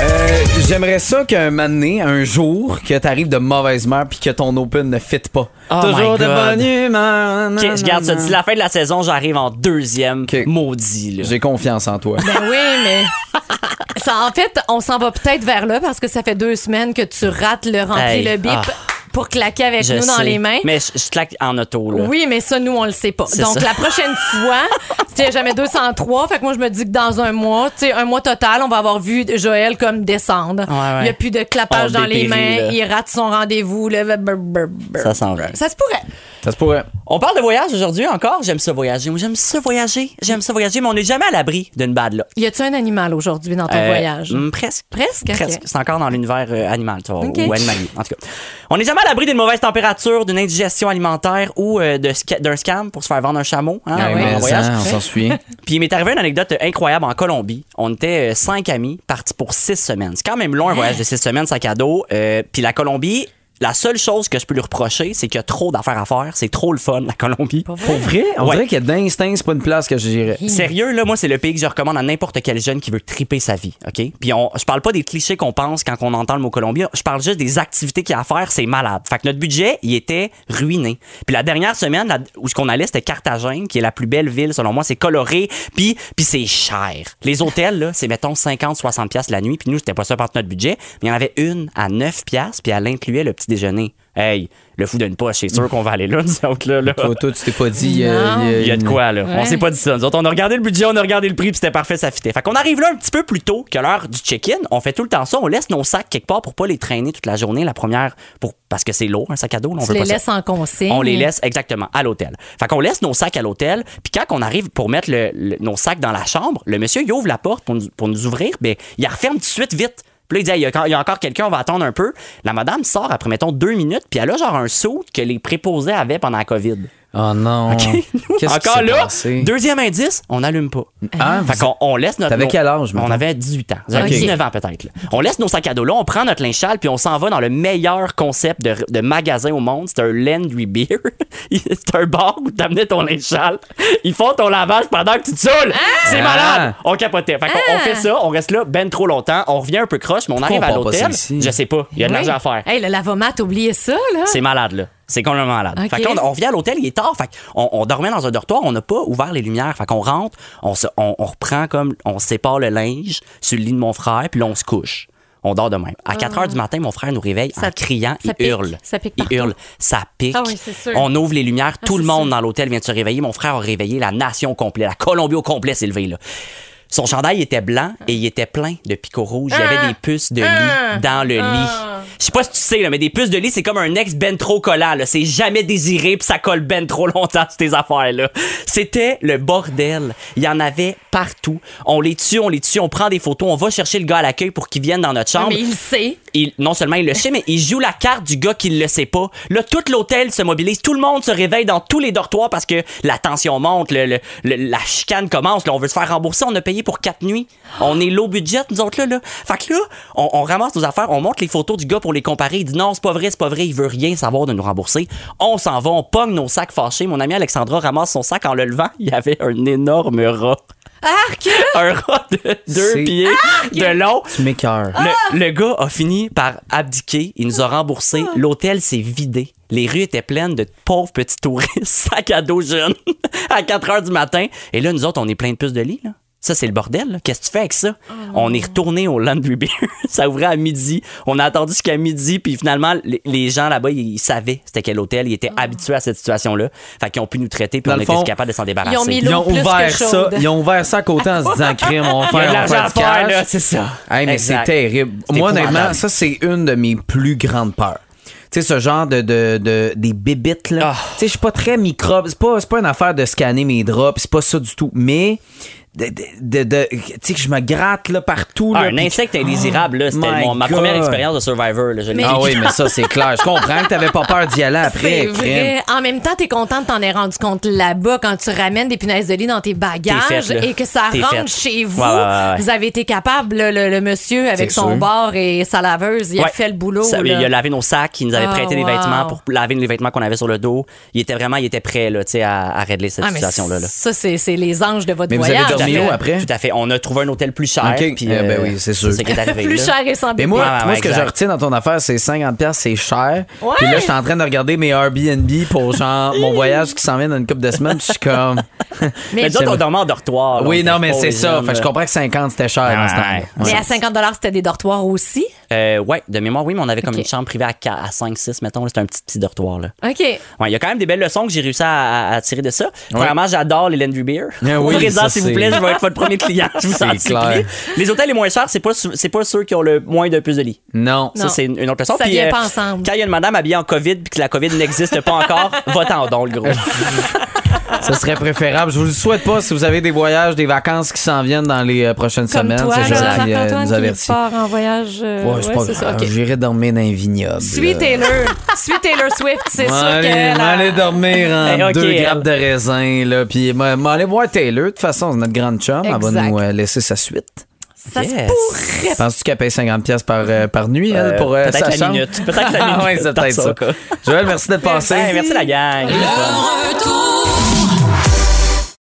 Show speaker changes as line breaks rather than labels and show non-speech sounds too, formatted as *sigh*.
Euh, J'aimerais ça qu'un moment donné, un jour, que t'arrives de mauvaise humeur puis que ton open ne fit pas.
Oh
Toujours
my
de
God.
bonne humeur.
Ok, je garde ça.
nanana.
D'ici la fin de la saison, j'arrive en deuxième.
Ok.
Maudit, là.
J'ai confiance en
*laughs*
toi.
Ben oui, mais. Ça, en fait, on s'en va peut-être vers là parce que ça fait deux semaines que tu rates le rempli
Hey,
le bip
ah.
pour claquer avec
Je
nous dans
sais.
les mains.
Mais je, je claque en auto, là.
Oui, mais ça, nous, on le sait pas.
C'est
Donc,
ça.
la
*laughs*
prochaine fois, c'était jamais 203. Fait que moi, je me dis que dans un mois, tu sais, un mois total, on va avoir vu Joël comme descendre.
Ouais, ouais.
Il n'y a plus de clapage
On
dans les
dépérit,
main.
là.
Il rate son rendez-vous. là. Brr, brr, brr.
Ça s'en va.
Ça se pourrait.
Ça se pourrait.
On parle de voyage aujourd'hui encore. J'aime ça voyager. Moi, J'aime ça voyager. J'aime ça voyager, mais on n'est jamais à l'abri d'une bad là.
Y a-tu un animal aujourd'hui dans ton voyage?
presque.
Presque, ok.
Euh, mm, Presque. C'est encore dans l'univers euh, animal, tu vois,
Ok.
ou animalier. En tout cas, on n'est jamais à l'abri d'une mauvaise température, d'une indigestion alimentaire ou euh, de sca- d'un scam pour se faire vendre un chameau hein,
Ah
en-
oui,
en
mais
voyage.
ça, on s'en
*laughs*
souvient.
Puis il m'est arrivé une anecdote incroyable en Colombie. On était euh, cinq amis partis pour six semaines. C'est quand même
Hein?
long un voyage de six semaines, sac à dos. Euh, puis la Colombie, la seule chose que je peux lui reprocher, c'est qu'il y a trop d'affaires à faire. C'est trop le fun, la Colombie.
Pour vrai, on
Ouais.
dirait qu'il y a d'instinct, c'est pas une place que j'irais.
Sérieux, là, moi, c'est le pays que je recommande à n'importe quel jeune qui veut triper sa vie, OK? Puis on, je parle pas des clichés qu'on pense quand on entend le mot Colombie. Je parle juste des activités qu'il y a à faire. C'est malade. Fait que notre budget, il était ruiné. Puis la dernière semaine, là, où ce qu'on allait, c'était Carthagène, qui est la plus belle ville, selon moi. C'est coloré, puis, puis c'est cher. Les hôtels, là, c'est, mettons, 50, 60 piastres la nuit. Puis nous, c'était pas ça par notre budget. Mais il y en avait une à 9 piastres, puis elle incluait le petit déjeuner. Hey, le fou d'une poche, c'est sûr qu'on va aller là, nous autres, là. là.
Toi, toi, tu t'es pas dit. euh,
Non.
Il y a de
une-
quoi, là. On
Ouais.
s'est pas dit ça. Nous autres, on a regardé le budget, on a regardé le prix, puis c'était parfait, ça fitait. Fait qu'on arrive là un petit peu plus tôt que l'heure du check-in. On fait tout le temps ça. On laisse nos sacs quelque part pour pas les traîner toute la journée, la première, pour... parce que c'est lourd, un sac à dos. là, on
Tu
veut
les
pas ça.
laisses en consigne.
On les laisse exactement à l'hôtel. Fait qu'on laisse nos sacs à l'hôtel, puis quand on arrive pour mettre le- le- nos sacs dans la chambre, le monsieur il ouvre la porte pour nous, pour nous ouvrir, mais il la referme tout de suite vite. Puis là, il dit, Hey, il y a, quand- il y a encore quelqu'un, on va attendre un peu. La madame sort après, mettons, deux minutes, puis elle a genre un saut que les préposés avaient pendant la COVID.
Oh non. Qu'est-ce qui
Encore
s'est
là,
passé?
deuxième indice, on n'allume pas.
Hein, vous-
Fait qu'on on laisse notre.
T'avais
nos-
quel âge, mettons?
On avait 18 ans. J'avais
Ok.
19 ans, peut-être. là. On laisse nos sacs à dos là, on prend notre linge sale, puis on s'en va dans le meilleur concept de, de magasin au monde. C'est un Landry Beer. *laughs* C'est un bar où t'amenais ton linge sale. Ils font ton lavage pendant que tu te saoules. C'est
Ah!
malade. On capotait. Fait qu'on on fait ça, on reste là ben trop longtemps. On revient un peu croche, mais on arrive
on
à
part pas ça
l'hôtel.
ici?
Je sais pas. Il y a de l'argent à faire.
Hey, le lavomate, oubliez ça, là.
C'est malade, là. C'est complètement malade.
Ok.
Fait qu'on on revient à l'hôtel, il est tard. Fait qu'on on dormait dans un dortoir, on n'a pas ouvert les lumières. Fait qu'on rentre, on, se, on, on reprend comme. On sépare le linge sur le lit de mon frère, puis là, on se couche. On dort de même. À 4 heures du matin, mon frère nous réveille
Ah. Ça-
en criant.
ça
il
pique.
hurle.
Ça pique
il
partout.
hurle. Ça pique.
Ah oui, c'est sûr. Ah,
On ouvre les lumières. tout le
c'est
monde dans l'hôtel vient de se réveiller. Mon frère a réveillé la nation complète. La Colombie au complet s'est levée, là. Son chandail était blanc et il était plein de picots rouges. Il y
Ah.
avait des puces de lit dans le lit. Je sais pas si tu sais, là, mais des puces de lit, c'est comme un ex ben trop collant. là. C'est jamais désiré, puis ça colle ben trop longtemps *laughs* sur tes affaires. là. C'était le bordel. Il y en avait partout. On les tue, on les tue, on prend des photos, on va chercher le gars à l'accueil pour qu'il vienne dans notre
Ah,
chambre.
mais il le sait.
Il- non seulement il le sait, mais il joue la carte du gars qui le sait pas. Là, tout l'hôtel se mobilise, tout le monde se réveille dans tous les dortoirs parce que la tension monte, le- le- le- la chicane commence, là, on veut se faire rembourser, on a payé pour quatre nuits. On est low budget, nous autres, là. là. Fait que là, on, on ramasse nos affaires, on montre les photos du gars pour les comparer. Il dit non, c'est pas vrai, c'est pas vrai, il veut rien savoir de nous rembourser. On s'en va, on pogne nos sacs fâchés. Mon ami Alexandra ramasse son sac en le levant, il y avait un énorme rat.
Arc!
Un rat de deux
C'est-
pieds de long.
Tu m'écœures.
Le, le gars a fini par abdiquer. Il nous a
Ah!
remboursé. L'hôtel s'est vidé. Les rues étaient pleines de pauvres petits touristes, *laughs* sac à dos jeunes, *laughs* à 4 heures du matin. Et là, nous autres, on est plein de puces de lit. Là. Ça, c'est le bordel. là. Qu'est-ce que tu fais avec ça?
Oh.
On est retourné au Landry Beer. *laughs* ça ouvrait à midi. On a attendu jusqu'à midi. Puis finalement, les, les gens là-bas, ils, ils savaient c'était quel hôtel. Ils étaient habitués à cette situation-là. Fait qu'ils ont pu nous traiter. Puis
Dans
on
le
était
fond,
capable de s'en débarrasser.
mis
Il y
l'eau
Ah. Ils ont
plus que
ouvert ça,
chaude.
ils ont ouvert ça à côté en se
*laughs*
disant crime, on va faire,
a de
on va
l'argent
faire
à
du cash.
faire, là, c'est ça.
Hey, mais c'est
Exact.
terrible.
C'est
Moi, honnêtement,
épouvantable.
ça, c'est une de mes plus grandes peurs. Tu sais, ce genre de, de, de- des bibites, là.
Ah.
Tu sais, je suis pas très microbe. C'est pas, c'est pas une affaire de scanner mes draps, pis c'est pas ça du tout. Mais, de, de- de- de- tu sais, que je me gratte, là, partout,
Ah,
là,
un
pis-
insecte indésirable, là, c'était
Oh my
mon- ma première
God.
expérience de Survivor. Là, je l'ai
Ah
vécu.
oui, mais ça, c'est clair. Je comprends que t'avais pas peur d'y
*laughs*
aller après,
C'est
crime.
vrai. En même temps, t'es content de t'en aies rendu compte là-bas quand tu ramènes des punaises de lit dans tes
T'es
bagages
faite, là.
et que ça
T'es
rentre
faite.
chez vous.
Ouais, ouais, ouais.
Vous avez été capable, le, le- le monsieur avec
C'est
son
sûr.
bar et sa laveuse, il a
Ouais.
fait le boulot.
Ça,
là.
il a lavé nos sacs, il nous avait
Ah,
prêté des
wow.
vêtements pour laver les vêtements qu'on avait sur le dos. Il était vraiment, il était prêt là, tu sais, à, à régler cette
Ah, mais
situation-là. là.
Ça, c'est c'est les anges de votre
Mais vous avez
voyage.
dormi Cameo
fait.
après?
Tout à fait. On a trouvé un hôtel plus cher.
Ok.
puis, euh,
Eh ben oui, c'est sûr.
ce qui est
*laughs*
arrivé,
Plus
là.
cher et sans
Mais moi,
Ouais, ouais,
moi,
ouais,
ce que
exact.
je retiens dans ton affaire, c'est 50$, c'est cher.
Ouais.
Puis là, je suis en train de regarder mes Airbnb pour genre mon voyage qui s'en vient dans une couple de semaines. puis Je suis comme.
Mais nous autres, on dormait en dortoir. là,
oui,
on
non,
était
mais
pauvres,
c'est ça.
là.
Fait que je comprends que 50$, c'était cher dans ce temps-là.
Ouais.
Mais à 50 c'était des dortoirs aussi.
Euh, ouais, de mémoire, oui, mais on avait comme
Ok.
une chambre privée à, 4 à 5, 6, mettons. là. C'était un petit, petit dortoir, là.
OK.
Ouais, il y a quand même des belles leçons que j'ai réussi à, à- à tirer de ça. Premièrement, j'adore les Landry Beer.
Eh oui,
*laughs* Ouvrez-en,
ça,
s'il vous
c'est-
plaît, je vais être votre premier client. Je vous en
C'est
supplie.
clair.
Les hôtels les moins chers, c'est pas, ceux- c'est pas ceux qui ont le moins de plus de lits.
Non.
Non.
Ça, c'est une une autre leçon.
Ça
Puis, euh,
vient pas ensemble.
Quand il y a une madame habillée en COVID puis que la COVID n'existe pas encore, *laughs* va-t'en donc, le gros.
Ce serait préférable. Je vous le souhaite pas si vous avez des voyages, des vacances qui s'en viennent dans les euh, prochaines
Comme
semaines.
toi,
C'est
là,
gentil, euh, nous
Marc-Antoine qui
avertit.
part en voyage. euh,
Ouais, c'est
ouais,
pas
c'est ça.
grave.
OK.
J'irai dormir dans un vignoble.
Suis
là.
Taylor. Suis Taylor Swift, c'est sûr
M'aller-
que... la-
m'aller dormir en
Eh, *laughs* ok,
deux
elle.
grappes de raisin, là. Puis m'a- m'aller voir Taylor. De toute façon, c'est notre grande chum. Elle va
Exact.
nous euh, laisser sa suite.
Ça se
Yes.
pourrait.
Penses-tu qu'elle paye 50$ piastres par, euh, par nuit, elle,
Euh,
pour euh,
peut-être
sa
la
chambre? *laughs*
minute. Peut-être la
Ah ouais,
minute,
c'est
dans Ben,
peut-être
son
ça.
cas.
Joël, merci d'être passé.
Hey, merci la gang.
retour